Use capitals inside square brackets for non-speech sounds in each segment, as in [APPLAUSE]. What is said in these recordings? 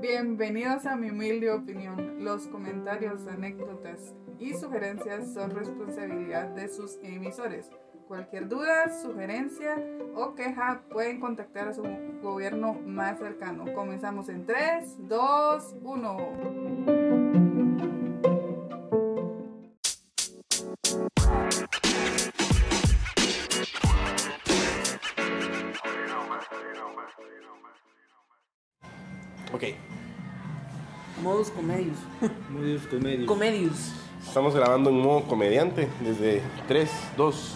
Bienvenidos a mi humilde opinión. Los comentarios, anécdotas y sugerencias son responsabilidad de sus emisores. Cualquier duda, sugerencia o queja pueden contactar a su gobierno más cercano. Comenzamos en 3, 2, 1. Ok, Modus comedius. Medios comedios. Comedius. estamos grabando en modo comediante desde 3, 2,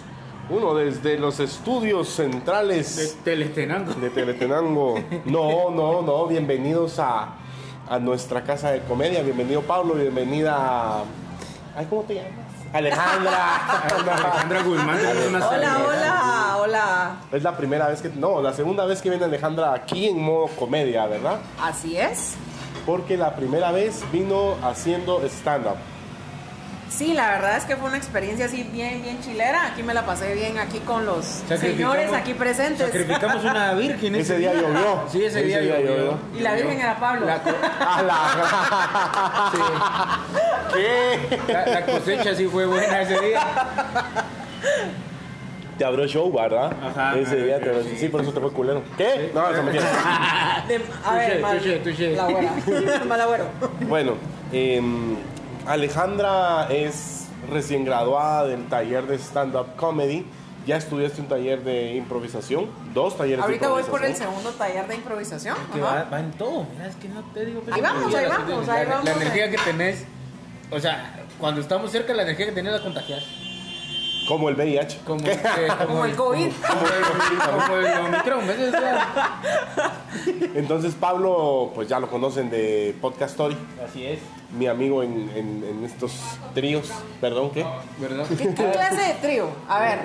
1, desde los estudios De centrales Teletenango. de Teletenango. No, no, no, bienvenidos a, a nuestra casa de comedia. Bienvenido Pablo, bienvenida... Ay, ¿Cómo te llamas? [LAUGHS] Alejandra. Alejandra Guzmán. que es una Hola, señora. hola, hola. es la primera vez que... No, la segunda vez que viene Alejandra aquí en modo comedia, ¿verdad? Así es. Porque la primera vez vino haciendo stand-up. Sí, la verdad es que fue una experiencia así bien, bien chilera. Aquí me la pasé bien, aquí con los Sacrificamos- señores aquí presentes. Sacrificamos una virgen Ese día llovió. Sí, ese día llovió. Y la Virgen era Pablo. La, co- ¡A Ah, la- ¿Qué? la- la cosecha sí fue buena ese día. Te abrió show, ¿verdad? Ajá, Ese ajá, día sí, te abrió- sí. Sí, por eso te fue culero. ¿Qué? No, se me quiere. [LAUGHS] De- a ver, Touché, mal- touché, touché. la [LAUGHS] güera. Mal agüero. Bueno, em, Alejandra es recién graduada del taller de stand-up comedy. Ya estudiaste un taller de improvisación, dos talleres Ahorita de voy por el improvisación. segundo taller de improvisación. Que ajá. va, va en todo. Mira, es que no te digo. pues, Ahí vamos, ahí vamos, ahí la, vamos. eh. La energía que tenés. O sea, cuando estamos cerca, la energía que tenés la contagias. Como el VIH. Como, [LAUGHS] ¿Qué? eh, Como el COVID. Como, el- como el Omicron. Eso es ya. Entonces Pablo, pues ya lo conocen de Podcast Story, Así es. mi amigo en, en- en estos tríos. Perdón, ¿qué? ¿Verdad? ¿Qué, qué clase de trío? A ver.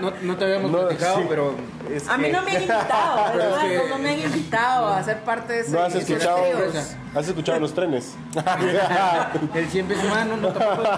No, no, no te habíamos No, platicado, sí. pero. Es A mí que- no me han [LAUGHS] invitado, Pero es ¿verdad? que- No, no me han invitado a ser parte de ese ¿No has de esos escuchado? pues, tríos. ¿Has escuchado los trenes? [LAUGHS] [LAUGHS] El siempre es humano, no tampoco.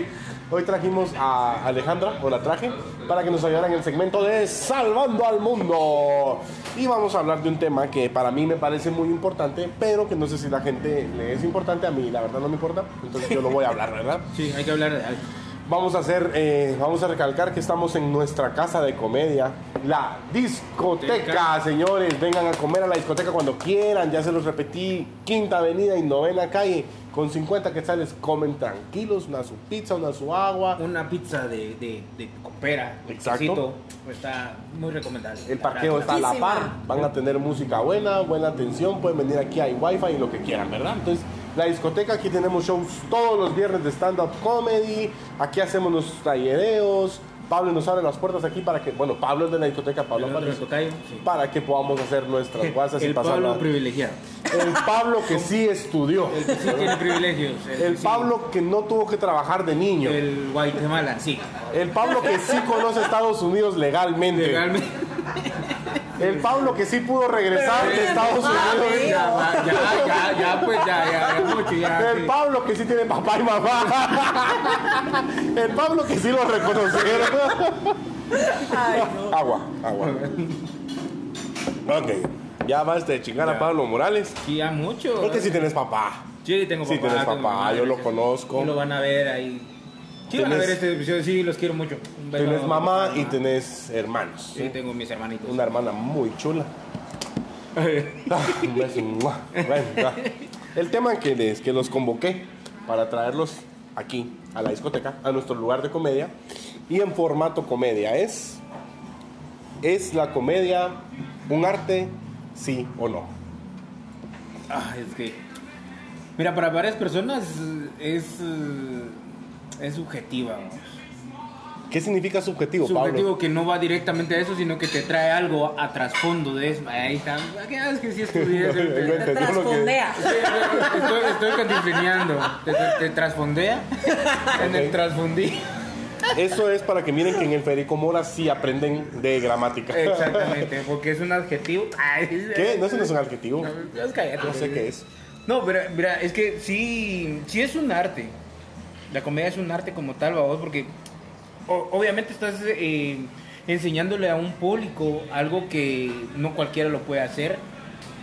[LAUGHS] ok, hoy trajimos a Alejandra, o la traje, para que nos ayudara en el segmento de Salvando al Mundo. Y vamos a hablar de un tema que para mí me parece muy importante, pero que no sé si la gente le es importante, a mí la verdad no me importa, entonces yo lo voy a hablar, ¿verdad? Sí, hay que hablar de algo. Vamos a hacer, eh, vamos a recalcar que estamos en nuestra casa de comedia, la discoteca, Discoteca. señores. Vengan a comer a la discoteca cuando quieran, ya se los repetí. Quinta Avenida y Novena Calle, con 50 quetzales comen tranquilos, una su pizza, una su agua. Una pizza de, de, de coopera, de Exacto. quesito, pues, está muy recomendable. El parqueo está a la par, van a tener música buena, buena atención, pueden venir aquí, hay wifi y lo que quieran, ¿verdad? Entonces, la discoteca, aquí tenemos shows todos los viernes de stand-up comedy, aquí hacemos nuestros tallereos, Pablo nos abre las puertas aquí para que, bueno, Pablo es de la discoteca, Pablo El otro Párez, es tocayo, sí. para que podamos hacer [LAUGHS] nuestras guasas y El pasar Pablo privilegiado. El Pablo que sí estudió, El [LAUGHS] que sí tiene privilegios. el sí. Pablo que no tuvo que trabajar de niño, El Guatemala, sí. el Pablo que sí conoce a Estados Unidos legalmente, Legalmente. el Pablo que sí pudo regresar [LAUGHS] de Estados Unidos. Ya, va, ya, ya, ya, pues ya, ya, ya, mucho, ya. El sí. Pablo que sí tiene papá y mamá. [LAUGHS] El Pablo que sí lo reconocieron. Ay, Agua, agua. Ok. Ya basta de chingar a Ya. Pablo Morales. Sí, ya mucho. Porque si tienes papá. Sí, tengo Sí, papá. tienes tengo papá, yo lo conozco. Y lo van a ver ahí. Sí, van a Tienes- ver este episodio, sí, los quiero mucho. Un beso Tienes a- mamá a- y tenés hermanos. Sí, tengo mis hermanitos. Una hermana muy chula. Ah, un beso. Mua. Bueno, ya. El tema que les que los convoqué para traerlos aquí a la discoteca, a nuestro lugar de comedia y en formato comedia es es la comedia un arte sí o no. Ah, es que. Mira, para varias personas eh, es. eh, Es subjetiva. ¿no? ¿Qué significa subjetivo, Subjetivo Pablo? que no va directamente a eso, sino que te trae algo a trasfondo de eso. Ahí está. Ah, Es que sí estudié. [LAUGHS] eso. Lo Te- te entendió lo que- [LAUGHS] transfondea. Estoy, estoy cantinflineando. Te, te, te trasfondea. En el Ok. trasfundí. [LAUGHS] Eso es para que miren que en el Federico Mora sí aprenden de gramática. Exactamente, porque es un adjetivo. Ay, ¿Qué? No, eso no es un adjetivo. No, es cállate. No sé qué es. No, pero mira, es que sí, sí es un arte. La comedia es un arte como tal, babos, porque o- obviamente estás eh, enseñándole a un público algo que no cualquiera lo puede hacer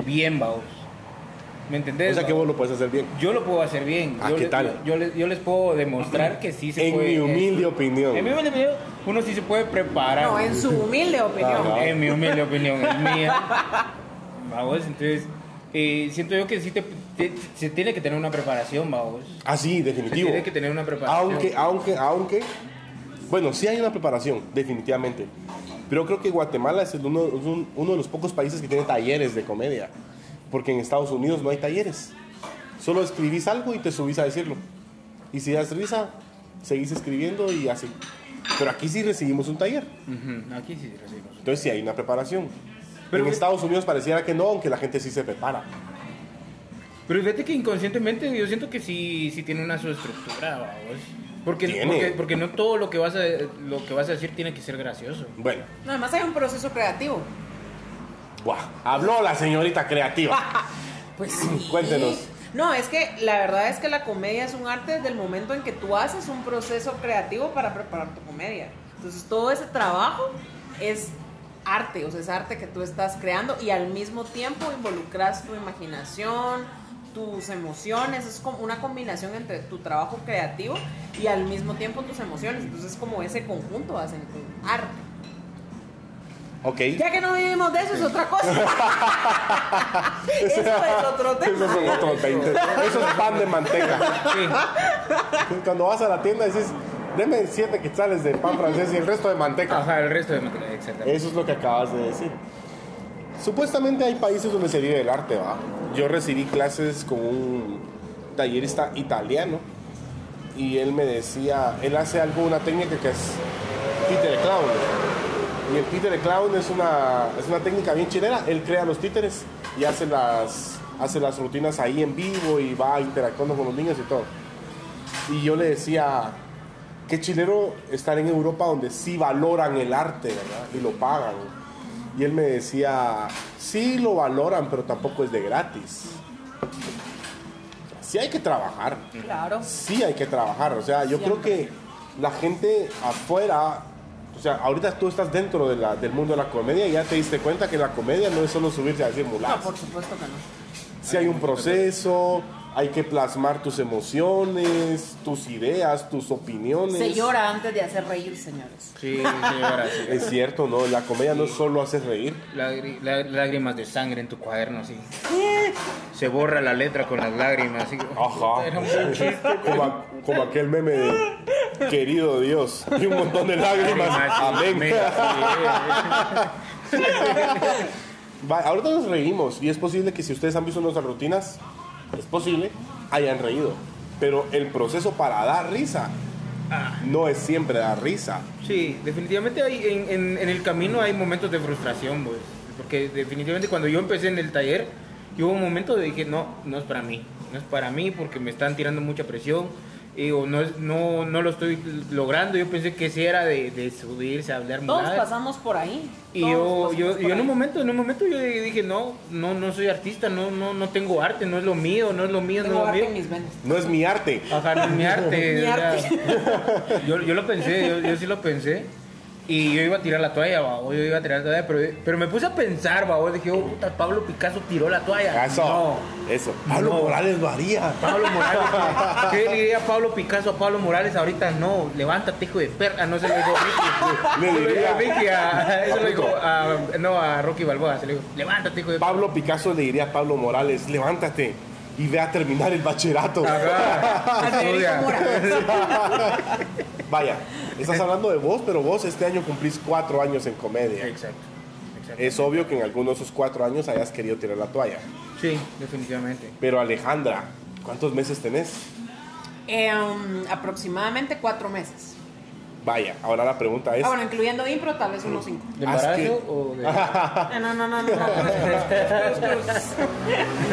bien, vaos. ¿Me entendés? O sea que vos vaos? lo puedes hacer bien. Yo lo puedo hacer bien. Ah, yo, ¿qué le- tal? Ah, Yo, les, yo les puedo demostrar que sí se En puede. mi humilde opinión. En mi humilde opinión, uno sí se puede preparar. No, en su humilde opinión. Ajá. En mi humilde opinión, es mía. Vamos, entonces, eh, siento yo que sí te, te- se tiene que tener una preparación, vamos. Ah, sí, Se definitivo. tiene que tener una preparación. Aunque, aunque, aunque. Bueno, sí hay una preparación, definitivamente. Pero creo que Guatemala es el uno, es un- uno de los pocos países que tiene talleres de comedia. Porque en Estados Unidos no hay talleres. Solo escribís algo y te subís a decirlo. Y si das risa, seguís escribiendo y así. Pero aquí sí recibimos un taller. Ujú, Aquí sí recibimos. Entonces sí hay una preparación. Pero en que- Estados Unidos pareciera que no, aunque la gente sí se prepara. Pero fíjate que inconscientemente yo siento que sí, sí tiene una subestructura, vamos. Porque, Tiene. porque, porque no todo lo que, vas a, lo que vas a decir tiene que ser gracioso. Bueno, No, además hay un proceso creativo. buah, habló la señorita creativa. Pues sí. Cuéntenos. No, es que la verdad es que la comedia es un arte desde el momento en que tú haces un proceso creativo para preparar tu comedia. Entonces todo ese trabajo es arte, o sea, es arte que tú estás creando y al mismo tiempo involucras tu imaginación, tus emociones, es como una combinación entre tu trabajo creativo y al mismo tiempo tus emociones. Entonces como ese conjunto hacen un arte. Ok. Ya que no vivimos de eso es otra [LAUGHS] cosa. eso es [LAUGHS] otro tema. Esos son otros 20. Eso es pan de manteca. Sí. Cuando vas a la tienda dices, deme 7 quetzales de pan francés y el resto de manteca. Ajá, el resto de material, exactamente. Eso es lo que acabas de decir. Supuestamente hay países donde se vive el arte, ¿va? Yo recibí clases con un tallerista italiano y él me decía, él hace algo, una técnica que es títere clown. Y el títere clown es una, es una técnica bien chilena, él crea los títeres y hace las, hace las rutinas ahí en vivo y va interactuando con los niños y todo. Y yo le decía, Qué chilero estar en Europa donde sí valoran el arte, ¿verdad? Y lo pagan. Y él me decía, sí lo valoran, pero tampoco es de gratis. O sea, Sí hay que trabajar, Claro. sí hay que trabajar. O sea, yo creo que la gente afuera, o sea, ahorita tú estás dentro de la- del mundo de la comedia y ya te diste cuenta que la comedia no es solo subirse a decir No, mulas. por supuesto que no. Si hay un proceso, hay que plasmar tus emociones, tus ideas, tus opiniones. Se llora antes de hacer reír, señores. Sí, señora, sí. Es cierto, no, la comedia no solo hace reír. Lagri- lá- lágrimas de sangre en tu cuaderno, así. Se borra la letra con las lágrimas, así. Ajá. Era un buen chiste. Como, a- como aquel meme de querido Dios y un montón de lágrimas. Amén. Va, ahorita nos reímos y es posible que si ustedes han visto nuestras rutinas, es posible, hayan reído. Pero el proceso para dar risa no es siempre dar risa. Sí, definitivamente hay, en, en- en el camino hay momentos de frustración, pues. Porque definitivamente cuando yo empecé en el taller, yo hubo un momento de dije, no, no es para mí. No es para mí porque me están tirando mucha presión. Y, o no, es- no, no lo estoy logrando. Yo pensé que sí era de, de subirse a hablar Todos muladas. pasamos por ahí. Y Todos yo, pasamos yo, por yo en ahí. un momento, en un momento yo dije, no, no, no soy artista, no, no, no tengo arte, no es lo mío, no es lo mío, Tengo no es arte lo en mío. mis [LAUGHS] venas. No es mi arte. Ajá, no es mi arte. [LAUGHS] Mi o sea, Yo, yo lo pensé, yo, yo sí lo pensé. Y yo iba a tirar la toalla, babo, yo iba a tirar la toalla, pero, pero me puse a pensar, babo, dije, oh, puta, Pablo Picasso tiró la toalla. Eso. No. Eso. Pablo No. Morales lo [LAUGHS] haría. Pablo Morales, ¿qué le diría Pablo Picasso a Pablo Morales ahorita? No, levántate, hijo de perra, no se lo dijo Ricky. [LAUGHS] Le Se lo dijo diría- a Ricky, a- ah, eso lo dijo Paputo. a, no, a Rocky Balboa, se le dijo, levántate, hijo de perra. Pablo Picasso le diría a Pablo Morales, levántate y ve a terminar el bachillerato. Ajá. A Federico Estudia. [LAUGHS] Mora. Vaya, estás hablando de vos, pero vos este año cumplís cuatro años en comedia. Exacto. exacto. Es obvio que en alguno de esos cuatro años hayas querido tirar la toalla. Eh, Sí, definitivamente. Pero Alejandra, ¿cuántos meses tenés? Em, aproximadamente cuatro meses. Vaya, ahora la pregunta es... Ah, bueno, incluyendo impro, tal vez unos cinco. Eh, ¿De Haz embarazo que- o de.? Ah. No, no, no, no. [LAUGHS] no.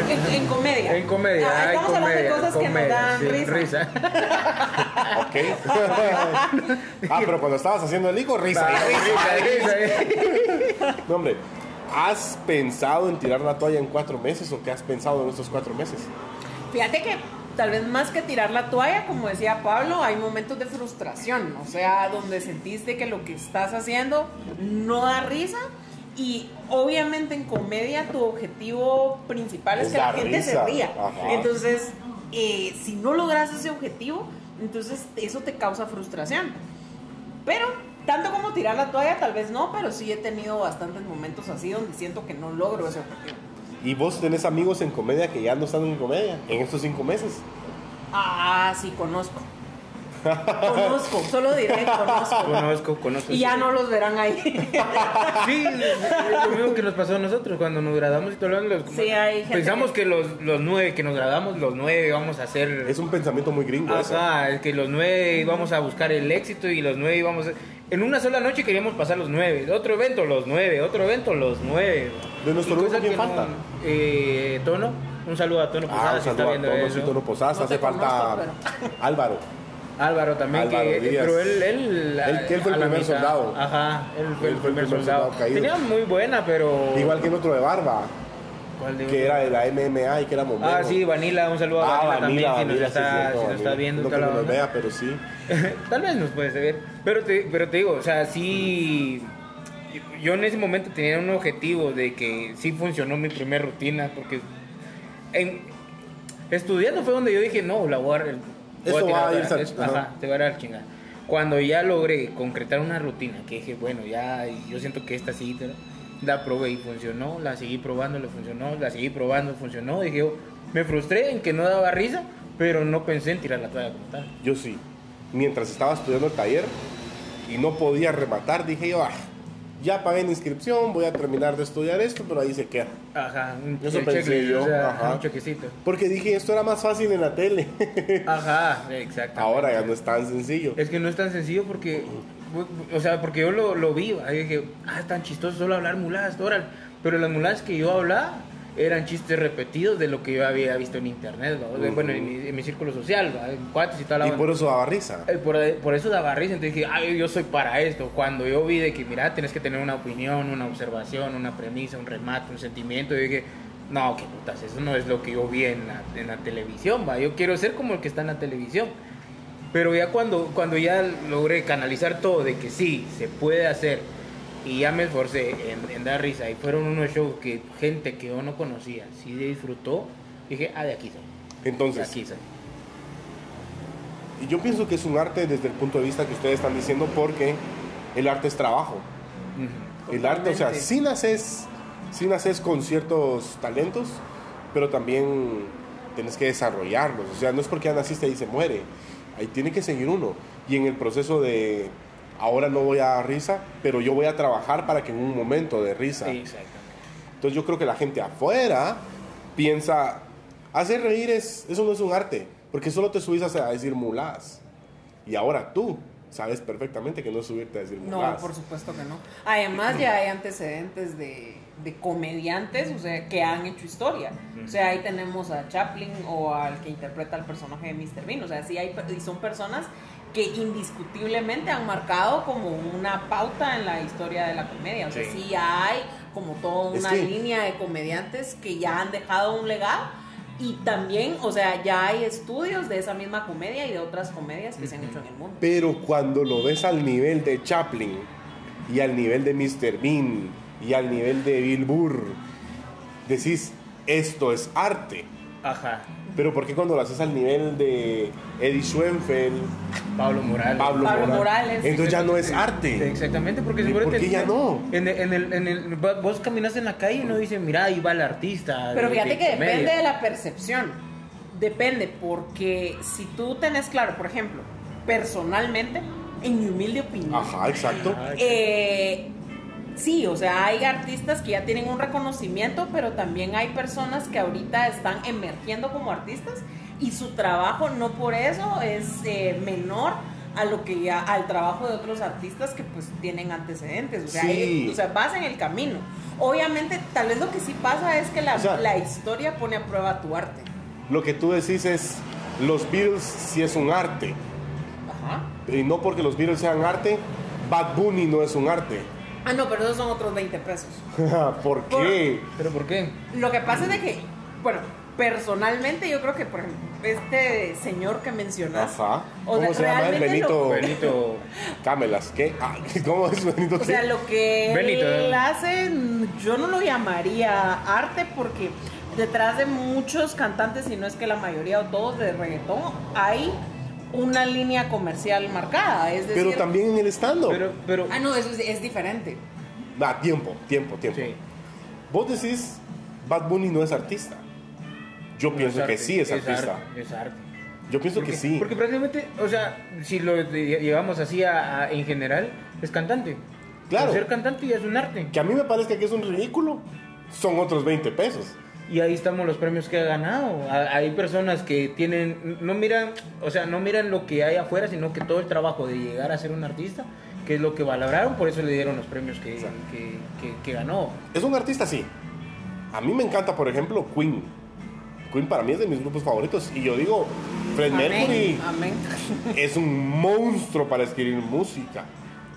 en, en comedia. En comedia, Ah, ay, estamos hablando de comedia, cosas que comedia, nos dan sí, risa. Ok. ah, pero cuando estabas haciendo el higo, risa. Va, risa, risa, eh. No, hombre, ¿has pensado en tirar la toalla en cuatro meses o qué has pensado en estos cuatro meses? Fíjate que tal vez más que tirar la toalla, como decía Pablo, hay momentos de frustración, o sea, donde sentís de que lo que estás haciendo no da risa. Y obviamente en comedia tu objetivo principal es, Es que la dar gente se risa. ría. Ajá. Entonces, eh, si no logras ese objetivo, entonces eso te causa frustración. Pero tanto como tirar la toalla, tal vez no, pero sí he tenido bastantes momentos así donde siento que no logro ese objetivo. Y vos tenés amigos en comedia que ya no están en comedia en estos cinco meses. Ah, sí, conozco. Conozco, solo diré conozco. Conozco, conozco. Y ya no los verán ahí. Sí, es lo mismo que nos pasó a nosotros cuando nos graduamos y todo lo los- Sí, hay gente Pensamos que los, los nueve que nos graduamos, los nueve vamos a hacer. Es un pensamiento muy gringo Ah, Ah, eso. Ajá, es que los nueve íbamos a buscar el éxito y los nueve íbamos a- En una sola noche queríamos pasar los nueve. Otro evento, los nueve. Otro evento, los nueve. De nuestro Y grupo, cosa ¿quién que no- falta? eh, Tono. Un saludo a Tono Posada, Ah, un si pues, está saludo a viendo todos eso. y Tono Posadas. No Hace te conozco, falta Álvaro. Álvaro también, Álvaro que, Díaz. pero él... Él, Él- que él fue a el la primer soldado. Ajá, él fue el primer, soldado. caído. Tenía muy buena, pero... Igual que el otro de barba, ¿Cuál de que era otro? de la MMA y que era bombero. Ah, sí, Vanilla, un saludo a Ah, Vanilla, Vanilla, también, Vanilla, si nos está, sí, cierto, si nos está Vanilla. viendo. No toda que la no lo onda. vea, pero sí. Tal vez nos puedes ver. Pero te, pero te digo, o sea, sí. Yo en ese momento tenía un objetivo de que sí funcionó mi primera rutina, porque en- estudiando fue donde yo dije, no, la voy a. voy Esto tirar va a la- irse al- es- ajá. ajá, te va a dar chingada. Cuando ya logré concretar una rutina, que dije, bueno, ya yo siento que esta sí, te- la probé y funcionó, la seguí probando, le funcionó, la seguí probando, funcionó. Dije, yo me frustré en que no daba risa, pero no pensé en tirar la toalla como tal. Yo sí. Mientras estaba estudiando el taller y no podía rematar, dije yo, "Ah, ya pagué la inscripción, voy a terminar de estudiar esto, pero ahí se queda. Ajá, un, Eso el pensé checklist, yo, o sea, ajá. un [LAUGHS] chequecito. Porque dije, esto era más fácil en la tele. [LAUGHS] Ajá, exacto. Ahora ya no es tan sencillo. Es que no es tan sencillo porque, o sea, porque yo lo, lo vi, ahí dije, ah, es tan chistoso solo hablar muladas, órale. Pero las muladas que yo hablaba eran chistes repetidos de lo que yo había visto en internet, ¿va? O sea, Ujú. bueno, en mi, en mi círculo social, ¿va? en cuates y toda la Y banda. por eso daba risa. Eh, Por, por eso daba risa, entonces dije, ay, yo soy para esto. Cuando yo vi de que, mira, tienes que tener una opinión, una observación, una premisa, un remate, un sentimiento, yo dije, no, qué putas, eso no es lo que yo vi en la, en la televisión, va, yo quiero ser como el que está en la televisión. Pero ya cuando, cuando ya logré canalizar todo de que sí, se puede hacer, y ya me esforcé en, en dar risa, y fueron unos shows que gente que yo no conocía, sí disfrutó, dije, ah, de aquí soy, de Entonces, aquí soy. yo pienso que es un arte desde el punto de vista que ustedes están diciendo porque el arte es trabajo. Ujú. El arte, o sea, Totalmente. sí naces, sí naces con ciertos talentos, pero también tienes que desarrollarlos. O sea, no es porque ya naciste y se muere. Ahí tiene que seguir uno. Y en el proceso de, ahora no voy a dar risa, pero yo voy a trabajar para que en un momento de risa. Sí, exactamente. Entonces yo creo que la gente afuera piensa, hacer reír es, eso no es un arte, porque solo te subís a a decir mulás. Y ahora tú sabes perfectamente que no es subirte a decir No, mulás. por supuesto que no. Además, ya hay antecedentes de, de comediantes, o sea, que han hecho historia. O sea, ahí tenemos a Chaplin o al que interpreta al personaje de Mr. Bean. O sea, sí hay, per- y son personas que indiscutiblemente han marcado como una pauta en la historia de la comedia. O sea, Sí. sí, hay como toda Es una que- línea de comediantes que ya han dejado un legado. Y también, o sea, ya hay estudios de esa misma comedia y de otras comedias que se han hecho en el mundo. Pero cuando lo ves al nivel de Chaplin y al nivel de Mr. Bean y al nivel de Bill Burr, decís, esto es arte. Ajá. Pero ¿por qué cuando lo haces al nivel de Eddie Schoenfeld, Pablo Morales. Pablo, Pablo Morales, Morales. entonces ya no es arte? Exactamente, porque ¿Y seguro por te- qué ya no? En el, en el- en el- va- vos caminas en la calle y no dicen, mira, ahí va el artista. Pero de- fíjate de que comedia". depende de la percepción. Depende, porque si tú tenés claro, por ejemplo, personalmente, en mi humilde opinión, Ajá, exacto. eh, sí, o sea, hay artistas que ya tienen un reconocimiento, pero también hay personas que ahorita están emergiendo como artistas y su trabajo no por eso es eh, menor a lo que ya, al trabajo de otros artistas que pues tienen antecedentes, o sea, Sí. ellos- o sea, vas en el camino. Obviamente, tal vez lo que sí pasa es que la, O sea- la historia pone a prueba tu arte. Lo que tú decís es, los Beatles sí es un arte. Ajá. Y no porque los Beatles sean arte, Bad Bunny no es un arte. [LAUGHS] Ah, no, pero esos son otros 20 pesos. ¿Por qué? ¿Pero por qué? Lo que pasa es de que, bueno, personalmente yo creo que, por ejemplo, este señor que mencionas. Ajá. O ¿Cómo sea, se llama el realmente Benito? lo- Benito. Camelas, ¿qué? Ah, [LAUGHS] ¿Cómo es Benito? O sea, qué? lo que Benito, él ¿eh? hace, yo no lo llamaría arte porque detrás de muchos cantantes, y no es que la mayoría o todos de reggaetón, hay una línea comercial marcada. Es decir, Pero también en el stand Pero, pero. Ah, no, eso es, es diferente. Ah, tiempo, tiempo, tiempo. Sí. Vos decís, Bad Bunny no es artista. Yo pienso que arte, sí es artista. arte, es arte. Yo pienso Porque- que sí. Porque prácticamente, o sea, si lo de- llevamos así a, a- en general, es cantante. Claro. Por Ser cantante ya es un arte. Que a mí me parezca que es un ridículo. Son otros 20 pesos. Y ahí estamos los premios que ha ganado. Ha- Hay personas que tienen, no miran, o sea, no miran lo que hay afuera, sino que todo el trabajo de llegar a ser un artista, que es lo que valoraron, por eso le dieron los premios que, Exacto. que, que- que ganó. Es un artista, sí. A mí me encanta, por ejemplo, Queen. Queen para mí es de mis grupos favoritos. Y yo digo, Fred Mercury Amén. Amén. es un monstruo para escribir música.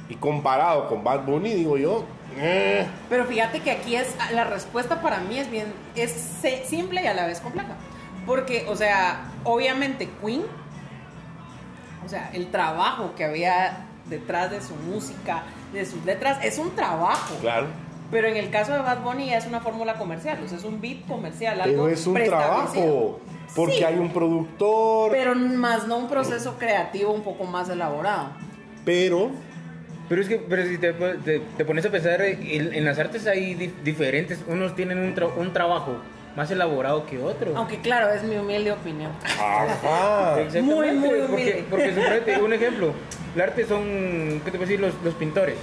Y comparado con Bad Bunny, digo yo, eh, Pero fíjate que aquí es la respuesta para mí es bien es se- simple y a la vez compleja. Porque, o sea, obviamente Queen, o sea, el trabajo que había detrás de su música, de sus letras, es un trabajo. claro. Pero en el caso de Bad Bunny ya es una fórmula comercial, o sea, es un beat comercial, algo Pero es un preestablecido. trabajo. Porque Sí, hay un productor. pero más no un proceso creativo un poco más elaborado. pero Pero es que pero si te, te- te pones a pensar, eh, en, en las artes hay di- diferentes, unos tienen un, tra- un trabajo más elaborado que otro. Aunque claro, es mi humilde opinión. [LAUGHS] Ajá. Exactamente, Muy, muy humilde. porque, [LAUGHS] porque suponete, un ejemplo, el arte son, ¿qué te puedo decir? Los, los pintores.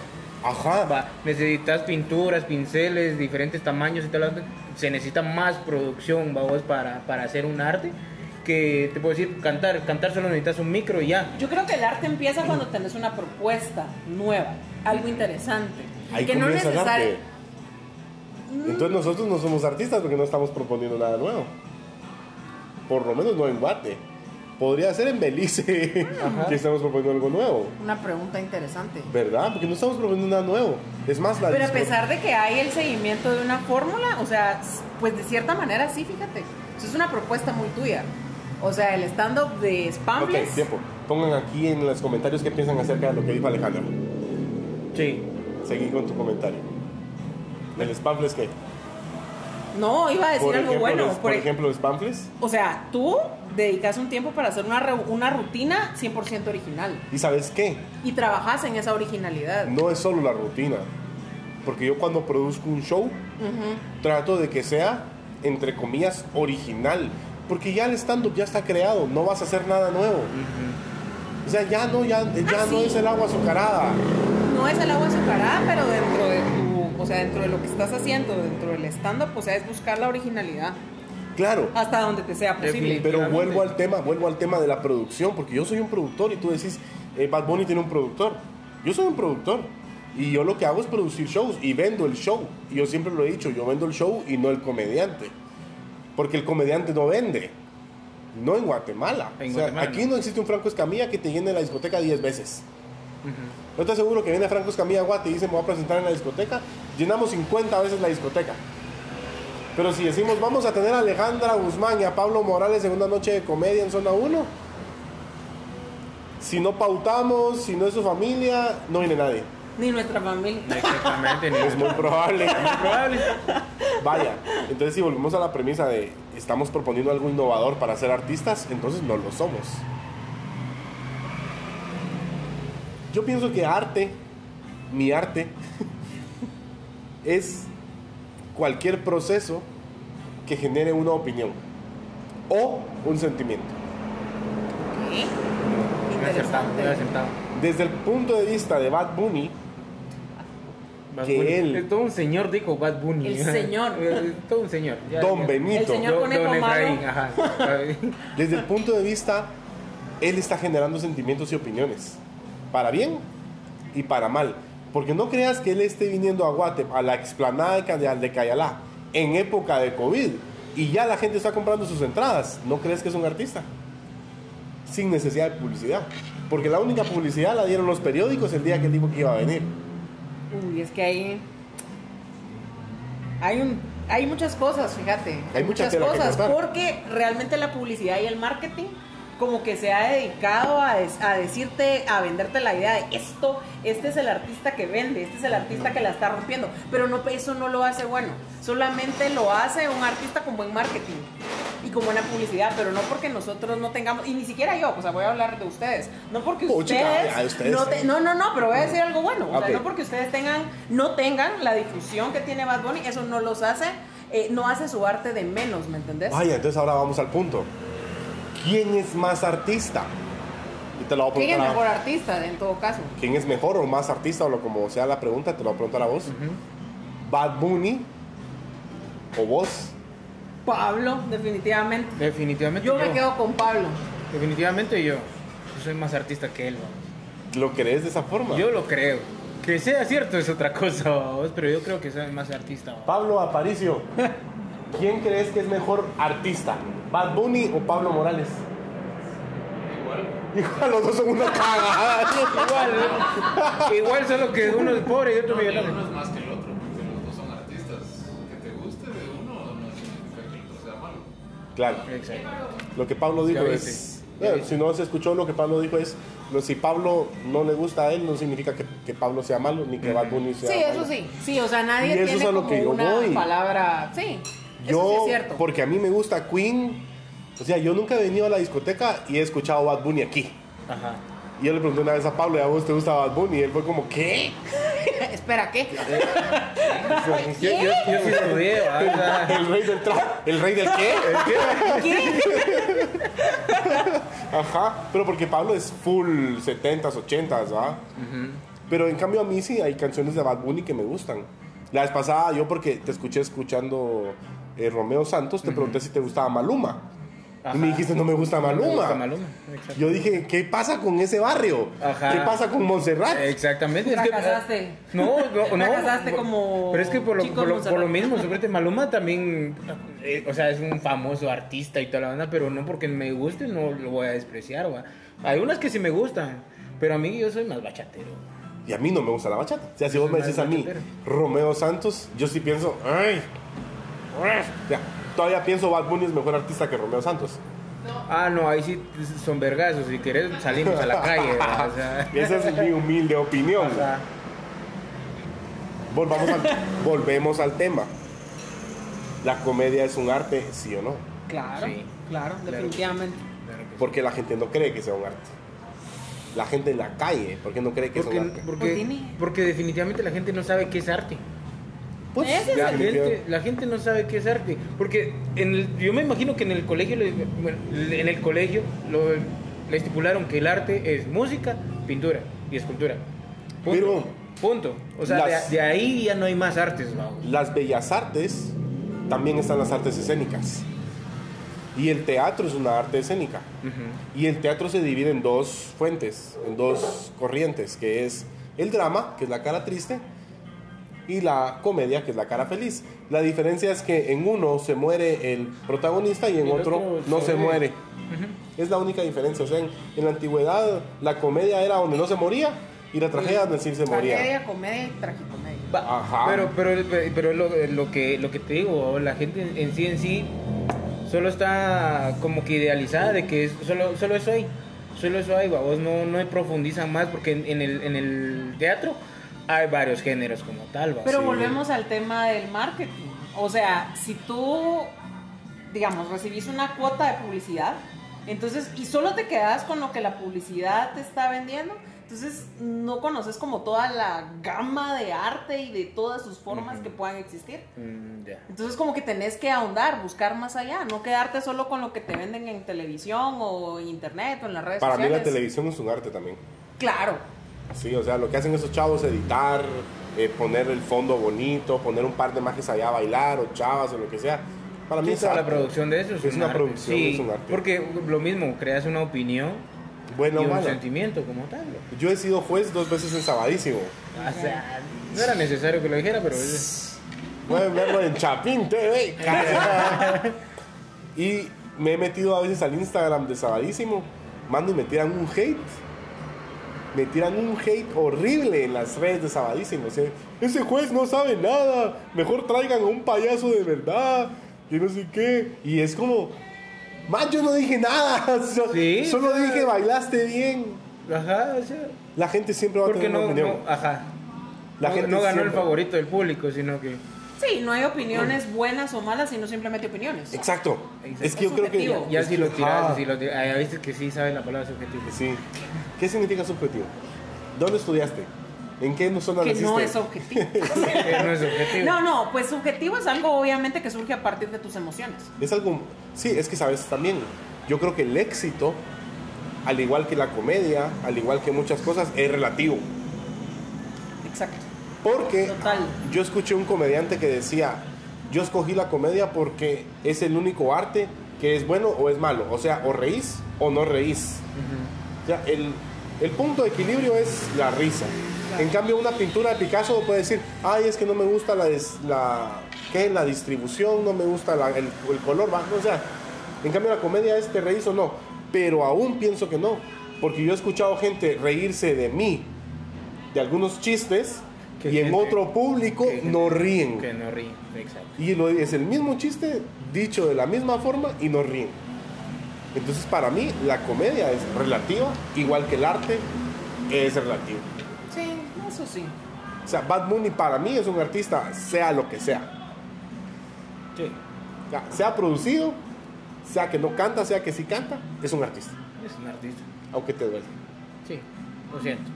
Ajá. Va, necesitas pinturas, pinceles, diferentes tamaños y tal. Se necesita más producción, vamos, para, para hacer un arte. Que te puedo decir, cantar, cantar solo necesitas un micro y ya. Yo creo que el arte empieza cuando tenés una propuesta nueva, algo interesante. Ahí que no comienza el necesari- arte. Entonces nosotros no somos artistas porque no estamos proponiendo nada nuevo. Por lo menos no en Guate. Podría ser en Belice Ah. [LAUGHS] que estamos proponiendo algo nuevo. Una pregunta interesante. ¿Verdad? Porque no estamos proponiendo nada nuevo. Es más, la Pero a disco- pesar de que hay el seguimiento de una fórmula, o sea, s- pues de cierta manera sí, fíjate. Eso es una propuesta muy tuya. O sea, el stand-up de Ok, Spambles. tiempo. Pongan aquí en los comentarios qué piensan acerca de lo que dijo Alejandro. Sí. Seguí con tu comentario. ¿El Spamfles qué? no, iba a decir algo ejemplo, bueno. los- por por ej- ejemplo, los Spamfles. O sea, tú dedicas un tiempo para hacer una, re- una rutina 100% original ¿Y sabes qué? y trabajas en esa originalidad. No es solo la rutina. Porque yo cuando produzco un show, trato de que sea, entre comillas, original. Porque ya el stand-up ya está creado, no vas a hacer nada nuevo. O sea, ya no, ya, ya Ah, no sí. es el agua azucarada. No es el agua azucarada, pero dentro de tu, o sea, dentro de lo que estás haciendo, dentro del stand-up, o sea, es buscar la originalidad Claro. hasta donde te sea posible. Definitivamente. Pero vuelvo al tema, vuelvo al tema de la producción, porque yo soy un productor y tú decís, eh, Bad Bunny tiene un productor. Yo soy un productor y yo lo que hago es producir shows y vendo el show. Y yo siempre lo he dicho, yo vendo el show y no el comediante. Porque el comediante no vende. No en Guatemala. En O sea, Guatemala aquí no. no existe un Franco Escamilla que te llene la discoteca 10 veces. Yo te aseguro que viene Franco Escamilla a Guate y dice, me voy a presentar en la discoteca. Llenamos 50 veces la discoteca. Pero si decimos, vamos a tener a Alejandra Guzmán y a Pablo Morales en una noche de comedia en zona 1, si no pautamos, si no es su familia, no viene nadie. Ni nuestra familia. [LAUGHS] Exactamente. ni- Es muy [LAUGHS] probable. probable. Vaya, entonces si volvemos a la premisa de estamos proponiendo algo innovador para ser artistas, entonces no lo somos. Yo pienso que arte, mi arte, [LAUGHS] es cualquier proceso que genere una opinión o un sentimiento. ¿Qué? Muy acertado, muy Interesante. acertado. Desde el punto de vista de Bad Bunny, Bad Que Bunny. él- Todo un señor dijo Bad Bunny. [LAUGHS] El señor. Eh, Todo un señor. Ya, Don ya. Benito. El señor Don- Conejo Don Malo. Efraín, [LAUGHS] ajá. Desde el punto de vista, él está generando sentimientos y opiniones, para bien y para mal. Porque no creas que él esté viniendo a Guate, a la explanada de Cayal- de Cayalá, en época de COVID, y ya la gente está comprando sus entradas. No crees que es un artista, sin necesidad de publicidad. Porque la única publicidad la dieron los periódicos el día que él dijo que iba a venir. Uy, es que ahí hay un Hay muchas cosas, fíjate. Hay mucha muchas tela que cosas. cortar. Porque realmente la publicidad y el marketing como que se ha dedicado a, des- a decirte, a venderte la idea de esto, este es el artista que vende, este es el artista que la está rompiendo. Pero no, eso no lo hace bueno. Solamente lo hace un artista con buen marketing y con buena publicidad, pero no porque nosotros no tengamos, y ni siquiera yo, o sea, voy a hablar de ustedes. No porque Oh, chica, ustedes, a ustedes, no, te- eh. no, no, no, pero voy a decir algo bueno. O sea, Ok. no porque ustedes tengan, no tengan la difusión que tiene Bad Bunny, eso no los hace, eh, no hace su arte de menos, ¿me entendés? Vaya, entonces ahora vamos al punto. ¿Quién es más artista? Y te lo voy a ¿Quién es preguntar a- mejor artista en todo caso? ¿Quién es mejor o más artista o lo como sea la pregunta? Te lo voy a preguntar a vos. ¿Bad Bunny o vos? Pablo, definitivamente. Definitivamente Yo me quedo con Pablo. Definitivamente yo. Yo soy más artista que él, vamos. ¿Lo crees de esa forma? Yo lo creo. Que sea cierto es otra cosa, vamos, pero yo creo que soy más artista. vamos. Pablo [LAUGHS] Aparicio, ¿quién crees que es mejor artista? ¿Bad Bunny o Pablo Morales? Igual. Igual, los dos son una [LAUGHS] cagada. Igual, igual solo que uno es pobre y otro No, ni uno millonario. es más que el otro, porque los dos son artistas. Que te guste de uno no significa que el otro sea malo. Claro, Exacto. lo que Pablo dijo Ya viste, es... ya eh, viste. si no se escuchó lo que Pablo dijo es, lo- si Pablo no le gusta a él, no significa que, que Pablo sea malo, ni que Bad Bunny sea Sí, malo. eso sí. Sí, o sea, Y nadie eso es tiene a lo como que yo una voy. palabra. Sí, Yo, eso sí es cierto. porque a mí me gusta Queen, o sea, yo nunca he venido a la discoteca y he escuchado Bad Bunny aquí. Ajá. Y yo le pregunté una vez a Pablo, ¿y a vos te gusta Bad Bunny? Y él fue como, ¿qué? [LAUGHS] [LAUGHS] Espera, ¿qué? Eh, Yo, yo, yo sí estudié, ¿va? O sea, [LAUGHS] El rey del tra- ¿El rey del [LAUGHS] qué? [LAUGHS] ¿Qué? Ajá, pero porque Pablo es full 70s, 80s, ¿va? Pero en cambio a mí sí hay canciones de Bad Bunny que me gustan. La vez pasada yo porque te escuché escuchando eh, Romeo Santos, te pregunté si te gustaba Maluma. Y Ajá. me dijiste, no me gusta me Maluma. gusta Maluma, exacto. Yo dije, ¿qué pasa con ese barrio? Ajá. ¿Qué pasa con Montserrat? Exactamente. es que- eh, Fracasaste. no, no, no. Fracasaste como Pero es que por lo, chico por lo, Monserrat. por [LAUGHS] lo mismo, suponete, Maluma también. eh, o sea, es un famoso artista y toda la onda, pero no porque me guste, no lo voy a despreciar, va. Hay unas que sí me gustan, pero a mí yo soy más bachatero. Y a mí no me gusta la bachata. O sea, si vos Es me más decís a mí bachatero. Romeo Santos, yo sí pienso, ay, Pues". ay". Ya, todavía pienso Bad Bunny es mejor artista que Romeo Santos. Ah, no, ahí sí son vergazos. Si querés, salimos a la calle, va, o sea. Esa es mi humilde opinión. o sea, Volvamos al, volvemos al tema. La comedia es un arte, sí o no. Claro, Sí. claro, definitivamente. Porque la gente no cree que sea un arte. La gente en la calle, ¿por qué no cree que Porque, es un arte? porque, porque definitivamente la gente no sabe qué es arte. Pues, Ese es La definitiva- gente, la gente no sabe qué es arte. Porque en el- yo me imagino que en el colegio, le- bueno, le- en el colegio lo- le estipularon que el arte es música, pintura y escultura. Punto. Pero- Punto. O sea, de- Las- de, ahí ya no hay más artes, vamos. las bellas artes también están las artes escénicas. Y el teatro es una arte escénica. Y el teatro se divide en dos fuentes, en dos corrientes, que es el drama, que es la cara triste, y la comedia, que es la cara feliz. La diferencia es que en uno se muere el protagonista y en El otro, otro no se se ve. muere. Es la única diferencia. O sea, en, en la antigüedad la comedia era donde no se moría y la tragedia donde sí se moría. Tragedia, comedia y tragicomedia. Va, Ajá. Pero, pero, pero lo, lo que, lo que te digo, la gente en- en sí en sí solo está como que idealizada de que es, solo, solo eso hay. Solo eso hay, babos, no, no profundizan más porque en, en el, en el teatro hay varios géneros como tal, babos. Pero Sí. volvemos al tema del marketing. O sea, si tú, digamos, recibís una cuota de publicidad, entonces, y solo te quedas con lo que la publicidad te está vendiendo, entonces no conoces como toda la gama de arte y de todas sus formas que puedan existir. Mm, ya. Entonces como que tenés que ahondar, buscar más allá, no quedarte solo con lo que te venden en televisión o en internet o en las redes Para mí sociales. la televisión es un arte también. Claro, Sí, o sea, lo que hacen esos chavos es editar, eh, poner el fondo bonito, poner un par de majes allá a bailar o chavas o lo que sea. Para mí Sí, es toda la arte. producción de eso es, Es un una arte. producción, Sí, es un arte. Porque lo mismo, creas una opinión Bueno, y un mala. sentimiento como tal. babos. Yo he sido juez dos veces en Sabadísimo. O sea, no era necesario que lo dijera, pero... es- Pueden verlo en Chapín TV. [LAUGHS] y me he metido a veces al Instagram de Sabadísimo. Mando y me tiran un hate. me tiran un hate horrible en las redes de Sabadísimo. o sea, Ese juez no sabe nada, mejor traigan a un payaso de verdad, que no sé qué. Y es como, man, yo no dije nada, [LAUGHS] so- Sí, solo o sea- dije bailaste bien. Ajá, o sea. La gente siempre va a Porque tener una no, opinión. no- ajá. La no, gente no ganó el siempre- favorito del público, sino que. Sí, no hay opiniones buenas o malas, sino simplemente opiniones. Exacto. Exacto. Es que yo Es creo que. subjetivo. Ya si lo tiras, Ajá. si lo tiras. A veces que sí sabes la palabra subjetivo. Sí. ¿Qué significa subjetivo? ¿Dónde estudiaste? ¿En qué zona Que naciste? no es objetivo. Eh, no es subjetivo. No, no, pues subjetivo es algo obviamente que surge a partir de tus emociones. Es algo. Sí, es que sabes también. Yo creo que el éxito, al igual que la comedia, al igual que muchas cosas, es relativo. Exacto. Porque Total. yo escuché un comediante que decía: Yo escogí la comedia porque es el único arte que es bueno o es malo. O sea, o reís o no reís. O sea, el, el punto de equilibrio es la risa. En cambio, una pintura de Picasso puede decir, ay, es que no me gusta la, des- la, ¿qué? la distribución, no me gusta la- el, el color, va". o sea, en cambio la comedia es te reís o no, pero aún pienso que no, porque yo he escuchado gente reírse de mí, de algunos chistes, Que y en gente- otro público que gente- no ríen. Que no ríe, exacto. Y lo- es el mismo chiste dicho de la misma forma y no ríen. Entonces para mí la comedia es relativa, igual que el arte es relativo. Sí, eso sí. O sea, Bad Bunny para mí es un artista, sea lo que sea. Sí, O sea, sea producido, sea que no canta, sea que sí canta, es un artista, es un artista. aunque te duele. Sí, lo siento.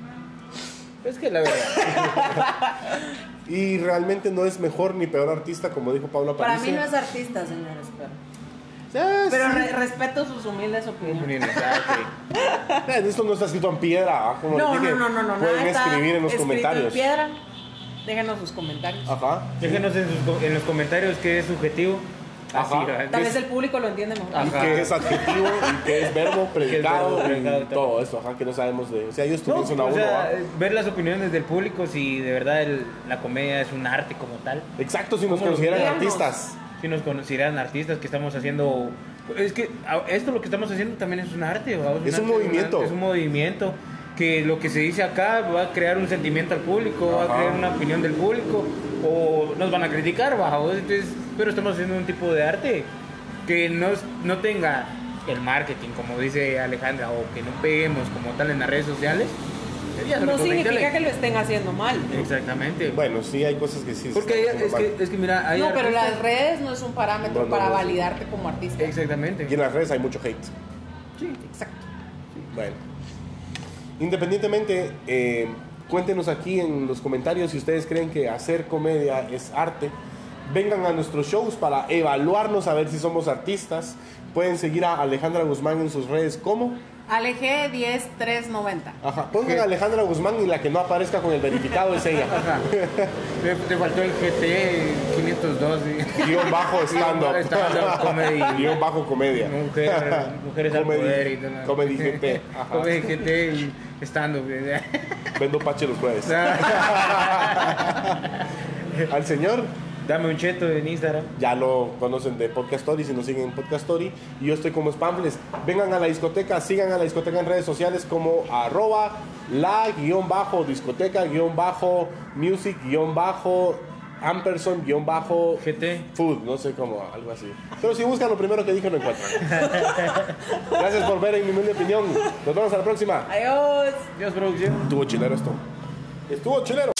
Es que la verdad. Y realmente no es mejor ni peor artista, como dijo Paula Para París. mí no es artista, señores, pero, Ah, pero sí. re- respeto sus humildes opiniones. Ah, Esto no está escrito en piedra, ah, como No, les dije. no, no, no, no. Pueden nada está escribir en los escrito comentarios. piedra. Déjenos sus comentarios. Ajá. Déjenos en, sus co- en los comentarios qué es subjetivo. Así, Ajá. ¿verdad? Tal vez el público lo entiende mejor. Ah. Y Ajá. que es adjetivo, y que es verbo, predicado, verbo, y predicado, tal. todo eso, ajá, que no sabemos de. O sea, yo No, estuve en zona o uno, sea, ¿va? ver las opiniones del público si de verdad el- la comedia es un arte como tal. Exacto, si nos ¿Cómo lo consideran veamos? artistas. Si nos consideran artistas que estamos haciendo... Es que a- esto lo que estamos haciendo también es un arte. ¿va? Es un arte, movimiento. una- Es un movimiento que lo que se dice acá va a crear un sentimiento al público, va Ajá. a crear una opinión del público o nos van a criticar, ¿va? O Entonces, pero estamos haciendo un tipo de arte que no, no tenga el marketing, como dice Alejandra, o que no peguemos como tal en las redes sociales. Ya se No lo comenté a significa Alejandra. que lo estén haciendo mal. Exactamente. Bueno, sí, hay cosas que sí. se Porque están hay- es, haciendo que, mal. es que mira, hay No, pero artistas- las redes no es un parámetro No, no, para no, sí. validarte como artista. Exactamente. Y en las redes hay mucho hate. Sí. Exacto. Bueno. Independientemente, eh, cuéntenos aquí en los comentarios si ustedes creen que hacer comedia es arte. Vengan a nuestros shows para evaluarnos a ver si somos artistas. Pueden seguir a Alejandra Guzmán en sus redes como. Alejé 10390. Ajá. Pongan a Alejandra Guzmán y la que no aparezca con el verificado es ella. [LAUGHS] Ajá. Te, te faltó el GT 502. sí. Guión bajo stand-up. Stand-up comedy. [LAUGHS] Guión bajo comedia. Mujer, [LAUGHS] mujeres al Comedy- poder y tal. Comedy [LAUGHS] GT, ajá. Comedy GT y stand-up. [LAUGHS] Vendo pache los jueves. [LAUGHS] Al señor Dame un cheto en Instagram. ya lo conocen de Podcast Story, si nos siguen en Podcast Story. Y yo estoy como Spambles. Vengan a la discoteca, sigan a la discoteca en redes sociales como arroba la guión bajo discoteca guión bajo music guión bajo amperson guión bajo GT. food, no sé cómo, algo así. Pero si buscan lo primero que dije lo encuentran. Gracias por ver en mi humilde opinión. Nos vemos a la próxima. Adiós. Dios producción. Estuvo chilero esto. Estuvo chilero.